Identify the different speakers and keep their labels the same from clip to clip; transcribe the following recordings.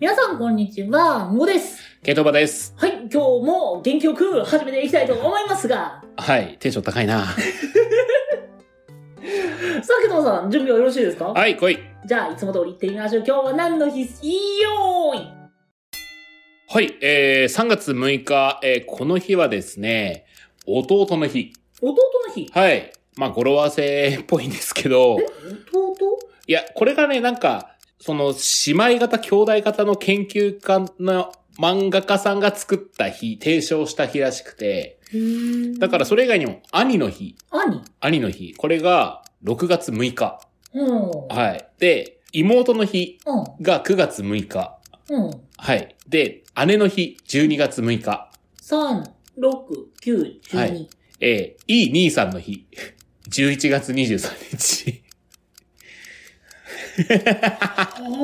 Speaker 1: 皆さん、こんにちは。もです。
Speaker 2: ケイトバです。
Speaker 1: はい、今日も元気よく始めていきたいと思いますが、
Speaker 2: はい、テンション高いな。
Speaker 1: さあ、ケトさん、準備はよろしいですか
Speaker 2: はい、来い。
Speaker 1: じゃあ、いつも通り行ってみましょう。今日は何の日いいよーい
Speaker 2: はい、えー、3月6日、えー、この日はですね、弟の日。
Speaker 1: 弟の日。
Speaker 2: はい。まあ、語呂合わせっぽいんですけど
Speaker 1: え、、弟
Speaker 2: いや、これがね、なんか、その、姉妹型、兄弟型の研究家の漫画家さんが作った日、提唱した日らしくて、だからそれ以外にも、兄の日、
Speaker 1: 兄
Speaker 2: 兄の日、これが6月6日。
Speaker 1: うん。
Speaker 2: はい。で、妹の日
Speaker 1: う
Speaker 2: が9月6日。
Speaker 1: ん。うん。
Speaker 2: はい。で、姉の日、12月6日。
Speaker 1: 三、六、九、十
Speaker 2: は
Speaker 1: 二
Speaker 2: い。えー、いい兄さんの日、11月23日。
Speaker 1: あー終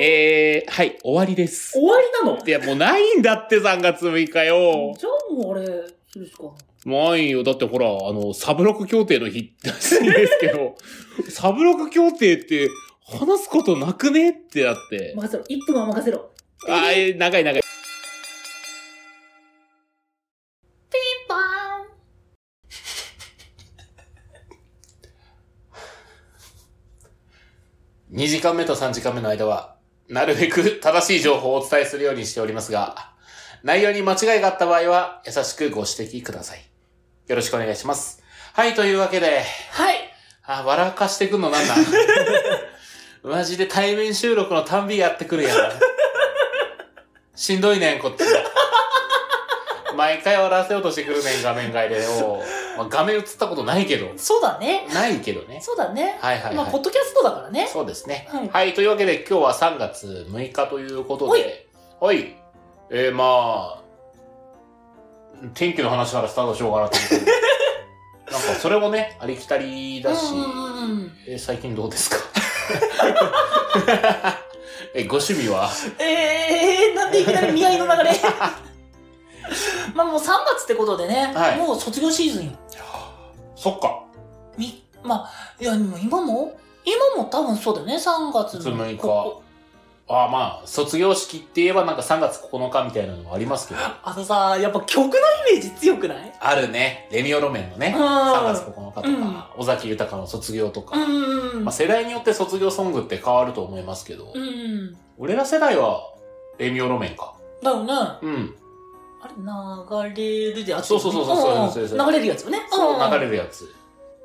Speaker 2: えー、はい、終わりです。
Speaker 1: わりなの
Speaker 2: いや、もうないんだって、3月6日よ。
Speaker 1: じゃあもうあれ、するしかない。
Speaker 2: もうないよ。だってほら、あの、サブロク協定の日らしいんですけど、サブロク協定って、話すことなくねってなって。
Speaker 1: 任せろ。一分は任せろ。
Speaker 2: あー、長い長い。
Speaker 1: ピンポーン
Speaker 2: 2時間目と3時間目の間は、なるべく正しい情報をお伝えするようにしておりますが、内容に間違いがあった場合は、優しくご指摘ください。よろしくお願いします。はい、というわけで、
Speaker 1: はい。
Speaker 2: あ、笑かしてくんのなんだ。マジで対面収録のたんびやってくるやん。しんどいねん、こっち。毎回笑わせようとしてくるねん、画面外で。おうまあ画面映ったことないけど。
Speaker 1: そうだね。
Speaker 2: ないけど ね。
Speaker 1: そうだね。
Speaker 2: はいはい、はい。
Speaker 1: まあ、ポッドキャストだからね。
Speaker 2: そうですね。
Speaker 1: は
Speaker 2: はいい、というわけで今日は3月6日ということで、はい。えー、まあ、天気の話からスタートしようかなと思って。 なんかそれもね、ありきたりだし
Speaker 1: う、んうんうん。
Speaker 2: えー最近どうですか え、ご趣味は
Speaker 1: えー、なんでいきなり見合いの流れ まあもう3月ってことでね、
Speaker 2: はい
Speaker 1: もう卒業シーズンよ。
Speaker 2: そっか。
Speaker 1: み、まあ、いや、でも今も今も多分そうだよね、3月の。
Speaker 2: 6日
Speaker 1: ここ
Speaker 2: あーまあ、卒業式って言えばなんか3月9日みたいなのもありますけど。
Speaker 1: あのさ、やっぱ曲のイメージ強くない
Speaker 2: あるね。レミオロメンのね。
Speaker 1: うん
Speaker 2: 3月9日とか、尾崎豊の卒業とか。
Speaker 1: うんうんうん。
Speaker 2: まあ、世代によって卒業ソングって変わると思いますけど、
Speaker 1: うん。
Speaker 2: 俺ら世代は、レミオロメンか。
Speaker 1: だよね。
Speaker 2: うん。
Speaker 1: あれ、流れるであ
Speaker 2: そうそうそうそうそうそうそう
Speaker 1: 流れるやつよね。
Speaker 2: そう、流
Speaker 1: る。
Speaker 2: れるやつ。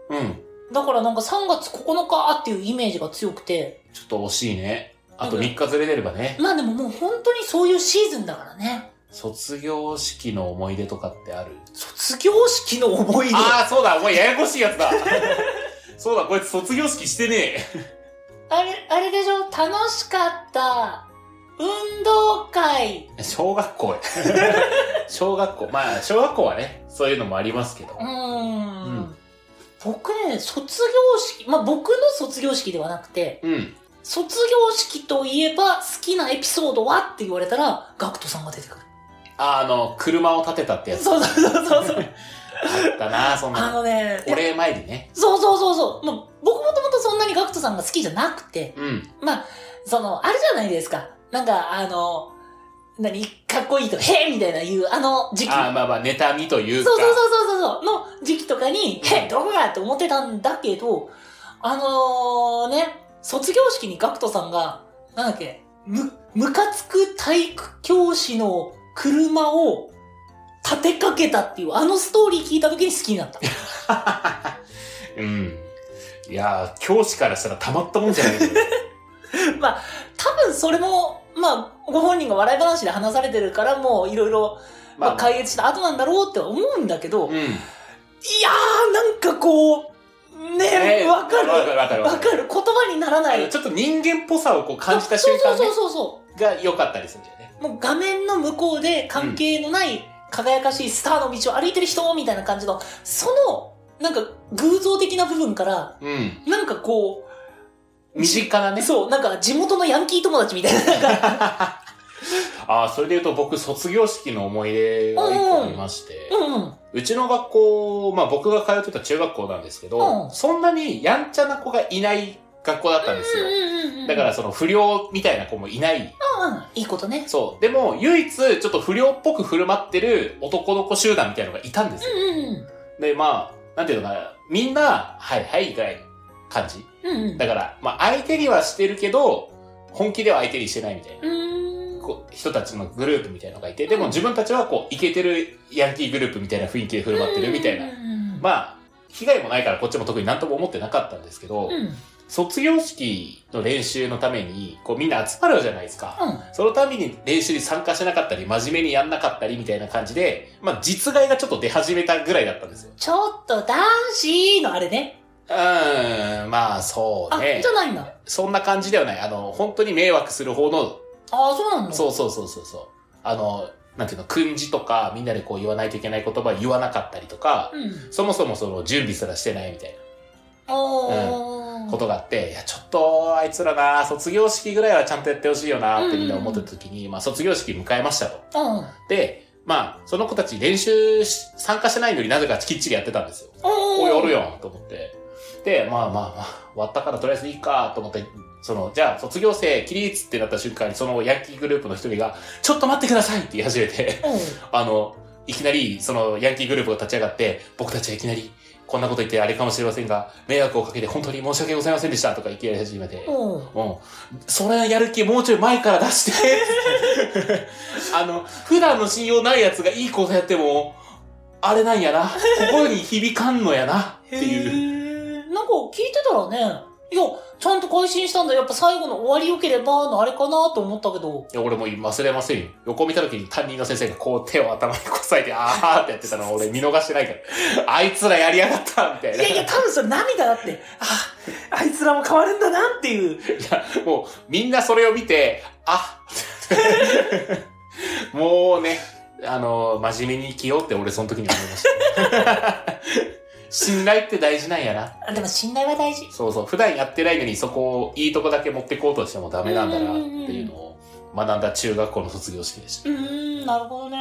Speaker 2: うん。
Speaker 1: だからなんか3月9日っていうイメージが強くて、
Speaker 2: ちょっと惜しいね。あと
Speaker 1: うん
Speaker 2: 3日ずれれればね、
Speaker 1: まあでももう本当にそういうシーズンだからね。
Speaker 2: 卒業式の思い出とかってある
Speaker 1: 卒業式の思い出。
Speaker 2: ああ、そうだ、お前ややこしいやつだ。そうだ、こいつ卒業式してねえ。
Speaker 1: あれ、あれでしょ楽しかった。運動会。
Speaker 2: 小学 校へ。小学校。まあ、小学校はね、そういうのもありますけど
Speaker 1: う。ーん,、
Speaker 2: うん
Speaker 1: 僕ね、卒業式、まあ、僕の卒業式ではなくて、
Speaker 2: うん。
Speaker 1: 卒業式といえば好きなエピソードはって言われたら、ガクトさんが出てくる。
Speaker 2: ああの、車を建てたってやつ
Speaker 1: そ
Speaker 2: だ
Speaker 1: うそうそうそうそう。
Speaker 2: ったな、そん
Speaker 1: あ
Speaker 2: なの。
Speaker 1: のね、
Speaker 2: お礼参りね。
Speaker 1: そうそうそうそう。まあ、僕もともとそんなにガクトさんが好きじゃなくて、
Speaker 2: うん。
Speaker 1: まあ、その、あれじゃないですか。なんか、あの、何、かっこいいとか、へえみたいな言う、あの時期。
Speaker 2: ああ、まあまあ、妬みというか。
Speaker 1: そうそうそうそうそうそうの時期とかに、へどこやって思ってたんだけど、あのね、卒業式にガクトさんが、なんだっけ、む、ムカつく体育教師の車を立てかけたっていう、あのストーリー聞いた時に好きになった。
Speaker 2: うん。いやー、教師からしたらたまったもんじゃないけど
Speaker 1: 多分それも、まあ、ご本人が笑い話で話されてるから、もういろいろ、 まあ、解決した後なんだろうって思うんだけど、
Speaker 2: う
Speaker 1: い
Speaker 2: ん。
Speaker 1: やー、なんかこう、ね、わ、かる。
Speaker 2: わかるわかる
Speaker 1: わかる。言葉にならない
Speaker 2: あの。ちょっと人間っぽさをこう感じた瞬間
Speaker 1: そう
Speaker 2: ね
Speaker 1: そうそうそ
Speaker 2: が良かったりするんだよね。
Speaker 1: うそうもう画面の向こうで関係のない輝かしいスターの道を歩いてる人みたいな感じのそのなんか偶像的な部分から
Speaker 2: うん。
Speaker 1: なんかこ
Speaker 2: 身近な
Speaker 1: う、
Speaker 2: ね。
Speaker 1: そうなんか地元のヤンキー友達みた いななんか
Speaker 2: ああ、それで言うと僕、卒業式の思い出が一個ありまして、
Speaker 1: うんうん
Speaker 2: うちの学校、まあ僕が通ってた中学校なんですけど、
Speaker 1: うん
Speaker 2: そんなにやんちゃな子がいない学校だったんですよ。
Speaker 1: うんうんうんうん
Speaker 2: だからその不良みたいな子もいない
Speaker 1: あ、いいことね。
Speaker 2: そう。でも、唯一、ちょっと不良っぽく振る舞ってる男の子集団みたいのがいたんですよ。
Speaker 1: うんうん
Speaker 2: で、まあ、なんていうのかな。みんな、はいはい、ぐらいの感じ。
Speaker 1: うん。うんうん。
Speaker 2: だから、まあ、相手にはしてるけど、本気では相手にしてないみたいな。
Speaker 1: うーん。
Speaker 2: こう人たちのグループみたいなのがいて、でも自分たちはこう、イケてるヤンキーグループみたいな雰囲気で振る舞ってるみたいな。
Speaker 1: な。
Speaker 2: まあ、被害もないからこっちも特になんとも思ってなかったんですけ
Speaker 1: う
Speaker 2: ど、
Speaker 1: ん。うん。
Speaker 2: 卒業式の練習のために、こうみんな集まるじゃないですか。そのために練習に参加しなかったり、真面目にやんなかったりみたいな感じで、まあ実害がちょっと出始めたぐらいだったんですよ。
Speaker 1: ちょっと男子のあれね。
Speaker 2: うーん、まあそう
Speaker 1: あ、
Speaker 2: ね
Speaker 1: じ。ゃないんだ。
Speaker 2: そんな感じではない。あの、本当に迷惑する方の
Speaker 1: ああ、そうなんだ。
Speaker 2: そうそうそうそうそう。あの、なんていうの、訓示とか、みんなでこう言わないといけない言葉言わなかったりとか、
Speaker 1: うん。
Speaker 2: そもそもその準備すらしてないみたい
Speaker 1: ああ
Speaker 2: なこ。とがあって、いや、ちょっと、あいつらな、卒業式ぐらいはちゃんとやってほしいよな、ってみんな思ってた時に、まあ、卒業式迎えましたと。
Speaker 1: うん。
Speaker 2: で、まあ、その子たち練習し参加してないのになぜかきっちりやってたんですよ。
Speaker 1: お
Speaker 2: お
Speaker 1: ー
Speaker 2: やるやんと思って。で、まあまあまあ、終わったからとりあえずいいかと思って、その、じゃあ卒業生起立ってなった瞬間にそのヤンキーグループの一人が、ちょっと待ってくださいって言い始めて、
Speaker 1: うん。
Speaker 2: あの、いきなりそのヤンキーグループが立ち上がって、僕たちはいきなり、こんなこと言ってあれかもしれませんが、迷惑をかけて本当に申し訳ございませんでしたとか言い始めて、
Speaker 1: うん。うん。
Speaker 2: うん。それはやる気もうちょい前から出して あの、普段の信用ないやつがいい講座やっても、あれなんやな。心に響かんのやな。っていう。
Speaker 1: へーなんか聞いてたらね、いや、ちゃんと改心したんだ。やっぱ最後の終わり良ければのあれかなと思ったけど。
Speaker 2: いや、俺もう忘れませんよ。横見た時に担任の先生がこう手を頭にこさえて、あーってやってたのを俺見逃してないから。あいつらやりやがったみたい
Speaker 1: い
Speaker 2: な。
Speaker 1: やいや、多分それ涙だって。あ、あいつらも変わるんだなって いう。
Speaker 2: もう、みんなそれを見て、あ もうね、あの、真面目に生きようって俺その時に思いました。 信頼って大事なんやな。
Speaker 1: あでも信頼は大事。
Speaker 2: そうそう。普段やってないのにそこをいいとこだけ持ってこうとしてもダメなんだなっていうのを学んだ中学校の卒業式でした。
Speaker 1: うーん、なるほどね。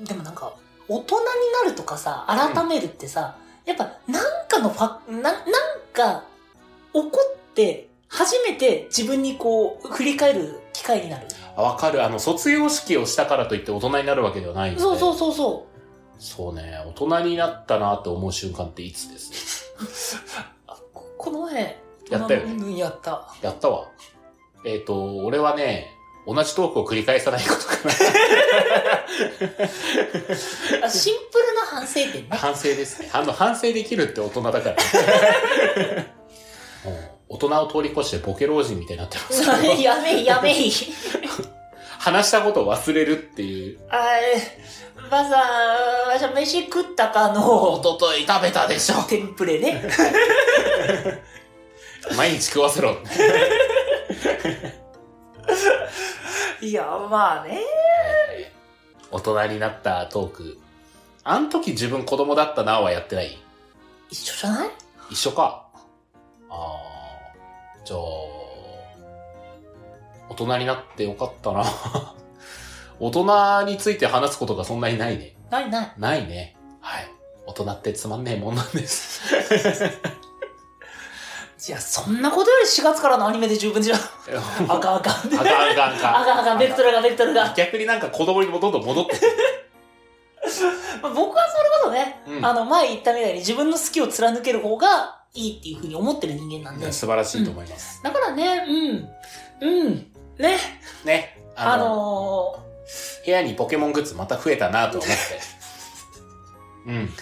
Speaker 1: でもなんか、大人になるとかさ、改めるってさ、やっぱなんかのファ、な、なんか、怒って、初めて自分にこう、振り返る機会になる。
Speaker 2: あわかる。あの、卒業式をしたからといって大人になるわけではないんです
Speaker 1: そう
Speaker 2: ね。
Speaker 1: そうそうそう。
Speaker 2: そうね。大人になったなって思う瞬間っていつです
Speaker 1: あここの前、
Speaker 2: やったよね
Speaker 1: うんやった。
Speaker 2: やったわ。えっ、と、俺はね、同じトークを繰り返さないことかな。
Speaker 1: あシンプルな反省点ね。
Speaker 2: 反省ですね。あの、反省できるって大人だから。もう大人を通り越してボケ老人みたいになってますけど
Speaker 1: やめい、やめい。
Speaker 2: 話したことを忘れるっていう。
Speaker 1: あー、ばあさん、わしゃ飯食ったか
Speaker 2: お
Speaker 1: の、
Speaker 2: ととい食べたでしょ
Speaker 1: テンプレね。
Speaker 2: 毎日食わせろ。
Speaker 1: いや、まあね。
Speaker 2: 大人になったトーク。あの時自分子供だったなはやってない
Speaker 1: 一緒じゃない
Speaker 2: 一緒か。あー、じゃあ、大人になってよかったな。大人について話すことがそんなにないね。
Speaker 1: ないない。
Speaker 2: ないね。はい。大人ってつまんねえもんなんです。
Speaker 1: いや、そんなことより4月からのアニメで十分じ ゃん。
Speaker 2: あ
Speaker 1: あかんあかん。
Speaker 2: かんあかんあかん。
Speaker 1: あかんあかん、ベクトルがベクトルが。
Speaker 2: 逆になんか子供にもどんどん戻ってくる。
Speaker 1: まあ僕はそれこそね、
Speaker 2: うん
Speaker 1: あの、前言ったみたいに自分の好きを貫ける方がいいっていうふうに思ってる人間なん
Speaker 2: い
Speaker 1: で
Speaker 2: や。素晴らしいと思います。
Speaker 1: だからね、うん。うん。ね。
Speaker 2: ね。あ
Speaker 1: あ
Speaker 2: の、
Speaker 1: の
Speaker 2: 部屋にポケモングッズまた増えたなと思 って。うん。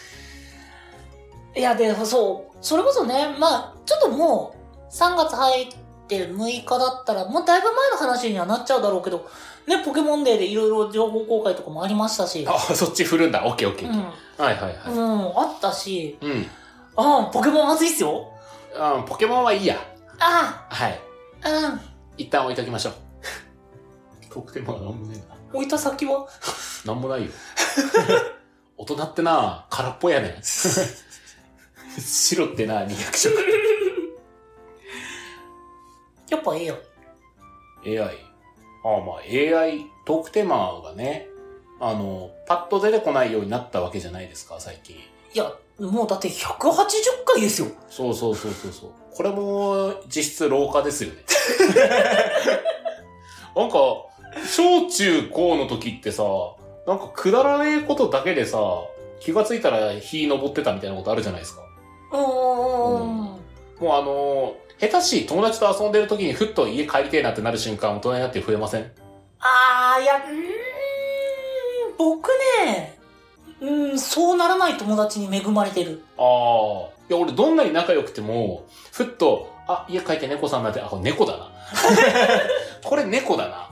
Speaker 1: ーいや、で、そう、それこそね、まあ、ちょっともう、3月入って6日だったら、もうだいぶ前の話にはなっちゃうだろうけど、ね、ポケモンデーでいろいろ情報公開とかもありましたし、
Speaker 2: あ、そっち振るんだ。オッケーオッ
Speaker 1: う
Speaker 2: ケー。
Speaker 1: ん、
Speaker 2: はいはいは
Speaker 1: うん、あったし、
Speaker 2: い。うん。
Speaker 1: あポケモン熱いっすよ。
Speaker 2: あポケモンはいいや。
Speaker 1: あ
Speaker 2: はい。
Speaker 1: あ、
Speaker 2: 一旦置いときまし ょう。ポケモンはなんもねえな。
Speaker 1: うん。置いた先は
Speaker 2: なんもないよ。 大人ってな、空っぽやねん。 白ってな、200色。
Speaker 1: やっぱええよ。
Speaker 2: AI。ああまあ AI、トークテーマがね、あの、パッと出てこないようになったわけじゃないですか、最近。
Speaker 1: いや、もうだって180回ですよ。
Speaker 2: そうそうそうそうそう。 これも実質老化ですよね。なんか、小中高の時ってさ、なんかくだらねえことだけでさ、気がついたら日登ってたみたいなことあるじゃないですか。
Speaker 1: うん。
Speaker 2: もうあのー下手しい友達と遊んでる時にふっと家帰りてえなってなる瞬間大人になって増えません
Speaker 1: あー、いや、うーん、僕ね、うん、そうならない友達に恵まれてる。
Speaker 2: ああ。いや、俺どんなに仲良くても、ふっと、あ、家帰って猫さんなんて、あ、これ猫だな。 これ猫だな。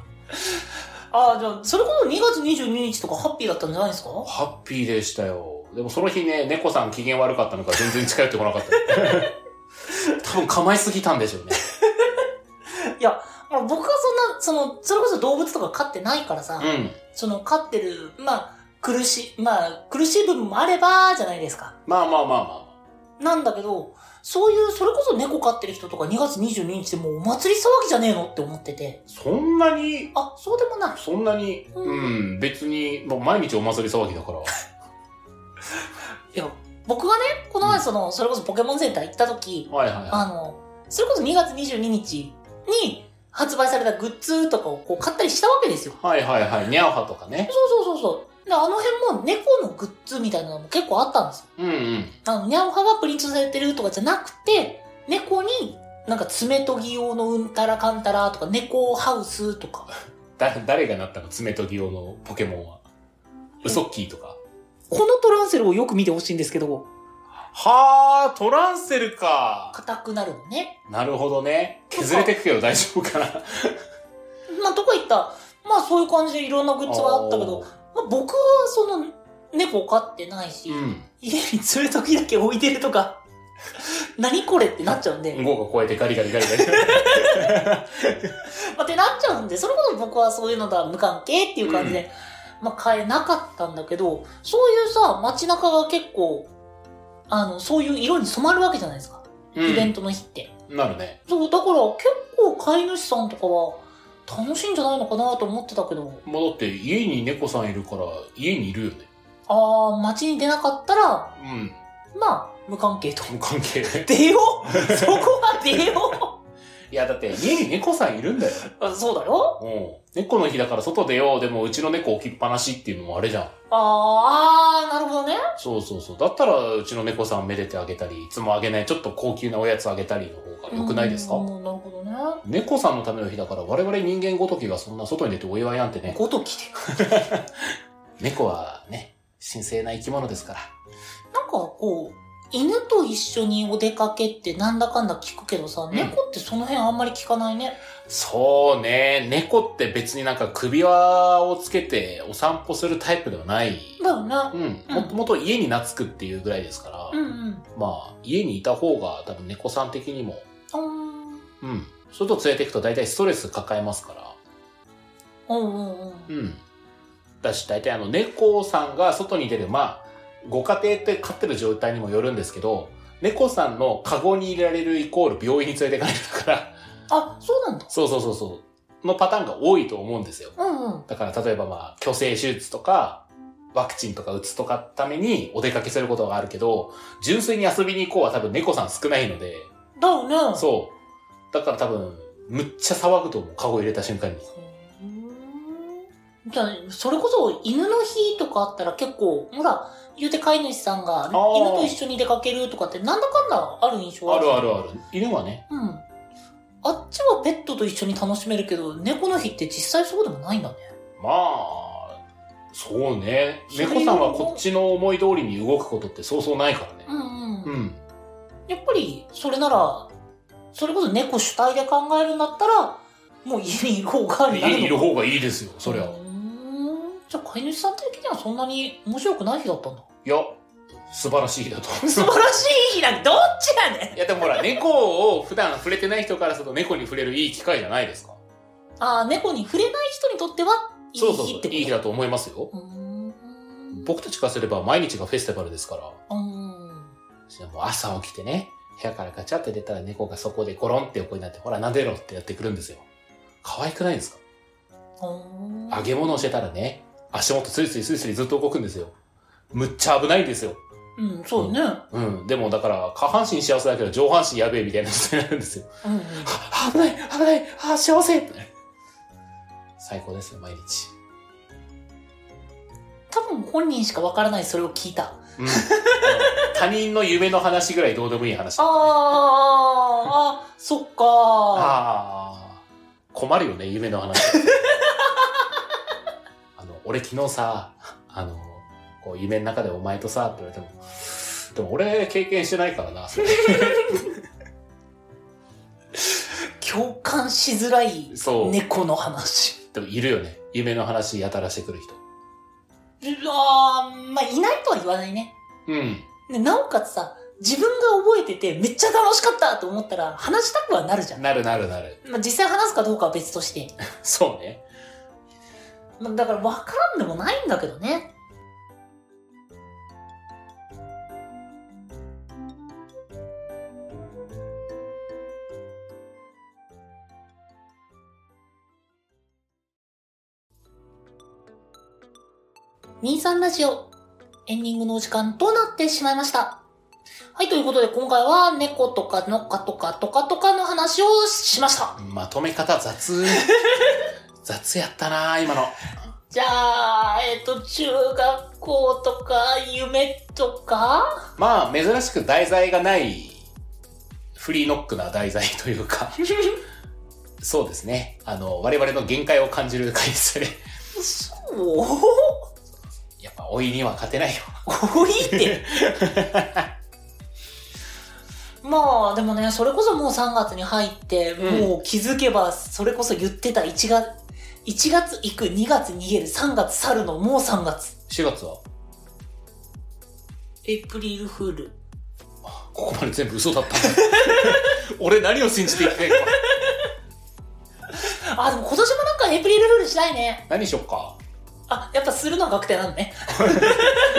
Speaker 1: あー、じゃあ、それこそ2月22日とかハッピーだったんじゃないですか
Speaker 2: ハッピーでしたよ。でもその日ね、猫さん機嫌悪かったのか全然近寄ってこなかった。多分構えすぎたん でしょうね。
Speaker 1: まあ僕はそんな、その、それこそ動物とか飼ってないからさ、
Speaker 2: うん。
Speaker 1: その飼ってる、まあ、苦しい、まあ、苦しい部分もあれば、じゃないですか。
Speaker 2: まあまあまあま
Speaker 1: なんだけど、そういう、それこそ猫飼ってる人とか2月22日でもうお祭り騒ぎじゃねえのって思ってて
Speaker 2: あ。。そんなに、
Speaker 1: あ、そうでもない。
Speaker 2: そんなに、
Speaker 1: うん
Speaker 2: うん、別に、もう毎日お祭り騒ぎだから。
Speaker 1: いや、僕がね、この前その、それこそポケモンセンター行った時、
Speaker 2: はいはいは
Speaker 1: あの、それこそ2月22日に発売されたグッズとかをこう買ったりしたわけですよ。
Speaker 2: い。はいはいはい。ニャオハとかね。
Speaker 1: そうそうそうそう。で、あの辺も猫のグッズみたいなのも結構あったんですよ。
Speaker 2: うんうん。
Speaker 1: あの、ニャオハがプリントされてるとかじゃなくて、猫になんか爪研ぎ用のうんたらかんたらとか、猫ハウスとか。
Speaker 2: だ、誰がなったの爪研ぎ用のポケモンは。ウソッキーとか。
Speaker 1: このトランセルをよく見てほしいんですけど、
Speaker 2: はあ、トランセルか。
Speaker 1: 硬くなるのね。
Speaker 2: なるほどね。削れてくけど大 丈夫かな。
Speaker 1: まあ、どこ行ったまあ、そういう感じでいろんなグッズはあったけど、まあ、僕はその、猫飼ってないし、
Speaker 2: う
Speaker 1: 家に爪研ぎだけ置いてるとか、 何これってなっちゃうんで、
Speaker 2: ん。豪華超えてガリガリガリガリ。
Speaker 1: まあ、ってなっちゃうんで、それこそ僕はそういうのとは無関係っていう感じで、まあ買えなかったんだけど、そういうさ、街中が結構、あの、そういう色に染まるわけじゃないですか。イベントの日って。
Speaker 2: うん。なるね。
Speaker 1: そう、だから結構飼い主さんとかは楽しいんじゃないのかなと思ってたけど、
Speaker 2: もうだって家に猫さんいるから家にいるよね。
Speaker 1: あー、街に出なかったら、
Speaker 2: うん。
Speaker 1: まあ、無関係 と。
Speaker 2: 多分関係ない。
Speaker 1: 出ようそこは出よ
Speaker 2: いやだって家に猫さんいるんだよ。
Speaker 1: う あそうだよ。
Speaker 2: うん。猫の日だから外出よう。でもうちの猫置きっぱなしっていうのもあれじゃん。
Speaker 1: あー、あーなるほどね。
Speaker 2: そうそうそう。だったらうちの猫さんめでてあげたり、いつもあげないちょっと高級なおやつあげたりの方が良くないですか
Speaker 1: うんなるほどね。
Speaker 2: 猫さんのための日だから我々人間ごときがそんな外に出てお祝いなんてね、
Speaker 1: ごときで。
Speaker 2: 猫はね、神聖な生き物ですから。
Speaker 1: なんかこう、犬と一緒にお出かけってなんだかんだ聞くけどさ、
Speaker 2: ん
Speaker 1: 猫ってその辺あんまり聞かないね。
Speaker 2: そうね、猫って別になんか首輪をつけてお散歩するタイプではない。
Speaker 1: だよね。
Speaker 2: うん。
Speaker 1: うん
Speaker 2: もともと家に懐くっていうぐらいですから、
Speaker 1: うんうん。
Speaker 2: まあ家にいた方が多分猫さん的にも、
Speaker 1: あー
Speaker 2: うん。外連れていくと大体ストレス抱えますから、
Speaker 1: うんうんうん。
Speaker 2: うん。だし、大体あの、猫さんが外に出る、まあ、ご家庭って飼ってる状態にもよるんですけど、猫さんのカゴに入れられるイコール病院に連れてかれるから、
Speaker 1: あ、そうなんだ。
Speaker 2: そうそうそうそう、のパターンが多いと思うんですよ。
Speaker 1: うんうん。
Speaker 2: だから、例えばまあ、虚勢手術とか、ワクチンとか打つとかためにお出かけすることがあるけど、純粋に遊びに行こうは多分猫さん少ないので、
Speaker 1: だよね。
Speaker 2: そう。だから多分、むっちゃ騒ぐと思う、カゴ入れた瞬間に。
Speaker 1: うーん。じゃあ、それこそ犬の日とかあったら結構、ほら、言うて飼い主さんが犬
Speaker 2: ー
Speaker 1: と一緒に出かけるとかってなんだかんだある印象
Speaker 2: あるあ
Speaker 1: る。
Speaker 2: るある。犬はね、
Speaker 1: うん。あっちはペットと一緒に楽しめるけど、猫の日って実際そうでもないんだね。
Speaker 2: まあ、そうね。
Speaker 1: それ
Speaker 2: 猫さんはこっちの思い通りに動くことってそうそうないからね
Speaker 1: う。んう。
Speaker 2: うんん。
Speaker 1: やっぱり、それなら、それこそ猫主体で考えるんだったら、もう家にいる方が
Speaker 2: 家にいる
Speaker 1: が
Speaker 2: 方がいいですよ、そりゃ。
Speaker 1: うーん。じゃあ飼い主さん的にはそんなに面白くない日だったんだ。
Speaker 2: いや、素晴らしいだと思
Speaker 1: 素晴らしい日なんどっちやねん
Speaker 2: う。いや、でもほら、猫を普段触れてない人からすると猫に触れるいい機会じゃないですか。
Speaker 1: ああ、猫に触れない人にとっては、いい
Speaker 2: そうそう
Speaker 1: 日
Speaker 2: そ
Speaker 1: ってこと
Speaker 2: う、いい日だと思いますよ。
Speaker 1: うーん。
Speaker 2: 僕たちからすれば毎日がフェスティバルですから。
Speaker 1: うん。
Speaker 2: もう朝起きてね、部屋からガチャって出たら猫がそこでゴロンって横になって、ほら、撫でろってやってくるんですよ。可愛くないですか
Speaker 1: うん
Speaker 2: 揚げ物をしてたらね、足元スリスリスリスリずっと動くんですよ。むっちゃ危ないんですよ。
Speaker 1: うん、そうだね。
Speaker 2: うん。でもだから、下半身幸せだけど上半身やべえみたいな状態になるんですよ。
Speaker 1: うん。
Speaker 2: あ危ない危ないあ、幸せって最高ですよ、毎日。
Speaker 1: 多分本人しかわからないそれを聞いた。
Speaker 2: うん他人の夢の話ぐらいどうでもいい話。
Speaker 1: あー、あ、そっか
Speaker 2: あー困るよね、夢の話。 あの、俺昨日さ、あの、こう夢の中でお前とさ、って言われても、でも俺経験してないからな、それ
Speaker 1: 共感しづらい
Speaker 2: そう。
Speaker 1: 猫の話。
Speaker 2: でもいるよね。夢の話やたらしてくる人。
Speaker 1: あー、まあ、いないとは言わないね。
Speaker 2: うん。
Speaker 1: でなおかつさ、自分が覚えててめっちゃ楽しかったと思ったら話したくはなるじゃん。
Speaker 2: なるなるなる。
Speaker 1: まあ、実際話すかどうかは別として。
Speaker 2: そうね。
Speaker 1: まあだから分からんでもないんだけどね。23ラジオ、エンディングのお時間となってしまいました。はい、ということで今回は猫とかのかとかとかとかの話をしました。
Speaker 2: まとめ方 雑。雑やったな今の。
Speaker 1: じゃあ、えっ、と、中学校とか、夢と か
Speaker 2: まあ、珍しく題材がない、フリーノックな題材というか、そうですね。あの、我々の限界を感じる回ですよね。
Speaker 1: そう
Speaker 2: やっぱ、老いには勝てないよ。
Speaker 1: 多いって。まあ、でもね、それこそもう3月に入って、
Speaker 2: うん
Speaker 1: もう気づけば、それこそ言ってた1月、1月行く、2月逃げる、3月去るの、もう3月。
Speaker 2: 4月は、
Speaker 1: エイプリルフール。
Speaker 2: ここまで全部嘘だった んだ。俺何を信じて生きてるか。
Speaker 1: あ、でも今年もなんかエイプリルフールしたいね。
Speaker 2: 何しよっか。
Speaker 1: あ、やっぱするのは確定なのね。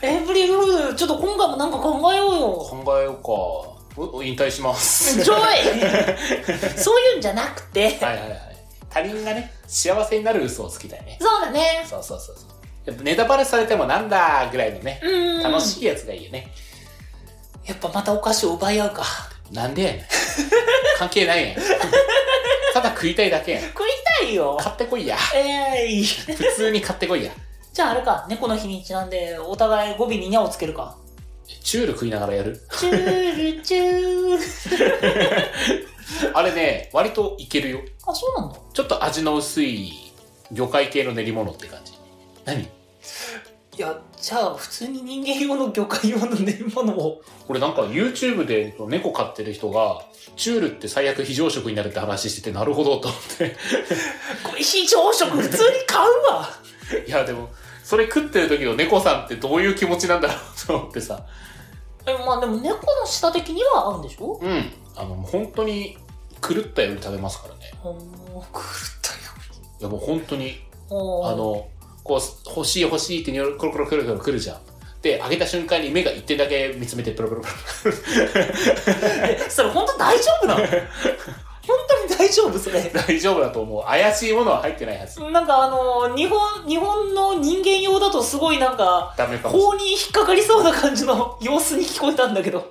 Speaker 1: エイプリルフール、ちょっと今回もなんか考えようよ。
Speaker 2: 考えようか。お引退します。
Speaker 1: ちょい そういうんじゃなくて。
Speaker 2: はいはいはい。他人がね、幸せになる嘘をつきたいね。
Speaker 1: そうだね。
Speaker 2: そうそうそうそう。やっぱネタバレされてもなんだぐらいのね、
Speaker 1: うん。
Speaker 2: 楽しいやつがいいよね。
Speaker 1: い。やっぱまたお菓子を奪い合うか。
Speaker 2: なんでやねん。関係ないやん。ただ食いたいだけやん。
Speaker 1: 食いたいよ。
Speaker 2: 買ってこいや。
Speaker 1: ええい。
Speaker 2: 普通に買ってこいや。
Speaker 1: じゃああれか、猫の日にちなんで、お互い語尾にニャをつけるか。
Speaker 2: チュール食いながらやる。
Speaker 1: チュールチュール。
Speaker 2: あれね、割といけるよ。
Speaker 1: あ、そうなんだ。
Speaker 2: ちょっと味の薄い魚介系の練り物って感じ。何
Speaker 1: いや、じゃあ普通に人間用の魚介用の練り物を。
Speaker 2: これなんか YouTube で猫飼ってる人が、チュールって最悪非常食になるって話してて、なるほどと思って。
Speaker 1: これ非常食普通に買うわ。
Speaker 2: いや、でも、それ食ってる時の猫さんってどういう気持ちなんだろうと思ってさ。
Speaker 1: え、まあでも猫の舌的には合うんでしょ
Speaker 2: うん。あの、本当に狂ったように食べますからね。
Speaker 1: ほん、狂ったよ
Speaker 2: いやもう本当に
Speaker 1: うに。
Speaker 2: あ、の、こう、欲しい欲しいってニョロコロコロコロコロ来るじゃん。で、上げた瞬間に目が一点だけ見つめて、プロプロプロ。
Speaker 1: えそれ本当大丈夫な の本当に大丈夫それ。
Speaker 2: 大丈夫だと思う。怪しいものは入ってないはず。
Speaker 1: なんかあの、日本、日本の人間用だとすごいなんか、
Speaker 2: ダメかもし
Speaker 1: 法に引っかかりそうな感じの様子に聞こえたんだけど。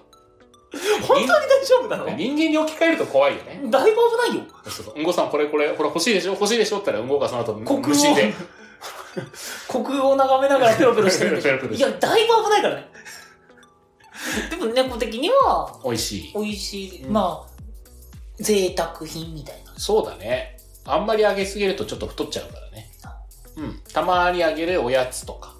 Speaker 1: 本当に大丈夫なの
Speaker 2: れな
Speaker 1: だ
Speaker 2: い。
Speaker 1: いぶ
Speaker 2: 人間に置き換えると怖いよね。
Speaker 1: 危ないよ。
Speaker 2: そうそう。うんごさん、これこれ、これ欲しいでしょ欲しいでしょって言ったら、うんごがその後、
Speaker 1: 国語
Speaker 2: 無心で。
Speaker 1: 虚空を眺めながらペロペロしてるんでし
Speaker 2: ペロペ
Speaker 1: ょ。
Speaker 2: ロ
Speaker 1: い
Speaker 2: して
Speaker 1: や、だいぶ危ないからね。でも猫的には、
Speaker 2: 美味しい。
Speaker 1: 美味しい、
Speaker 2: うん
Speaker 1: まあ、贅沢品みたいな。
Speaker 2: そうだね。あんまり上げすぎるとちょっと太っちゃうからね。うん。たまにあげるおやつとか。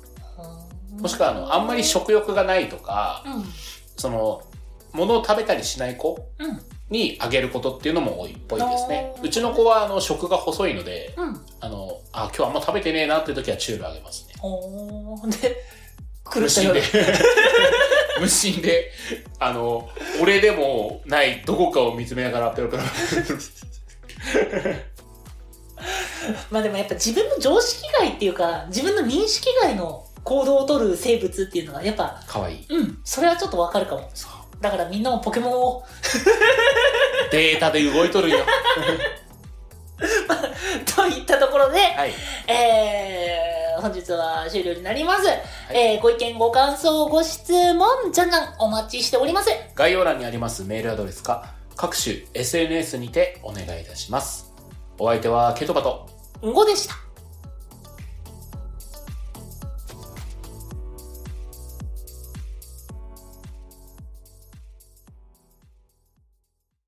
Speaker 2: もしくは、あの、あんまり食欲がないとか、
Speaker 1: うん。
Speaker 2: その、物を食べたりしない子
Speaker 1: うん。
Speaker 2: にあげることっていうのも多いっぽいですね
Speaker 1: あ。ー
Speaker 2: うちの子はあの食が細いので、
Speaker 1: うん。
Speaker 2: あの、あ、今日あんま食べてねえなっていう時はチュールあげますね。
Speaker 1: おー。で、狂
Speaker 2: 無
Speaker 1: ったよ
Speaker 2: 心
Speaker 1: う
Speaker 2: で
Speaker 1: に。。
Speaker 2: 無心で、あの、俺でもないどこかを見つめながらペロペロ。
Speaker 1: まあでもやっぱ自分の常識外っていうか、自分の認識外の行動をとる生物っていうのがやっぱ、
Speaker 2: かわいい。
Speaker 1: うん、それはちょっとわかるかも。
Speaker 2: そ
Speaker 1: だからみんなもポケモンを、
Speaker 2: うデータで動いとるよ。
Speaker 1: といったところで、
Speaker 2: はい。
Speaker 1: えー、本日は終了になります。えー、ご意見、ご感想、ご質問、じゃんじゃんお待ちしております。
Speaker 2: 概要欄にありますメールアドレスか、各種 SNS にてお願いいたします。
Speaker 3: お相手はケトバと
Speaker 2: うんごでした。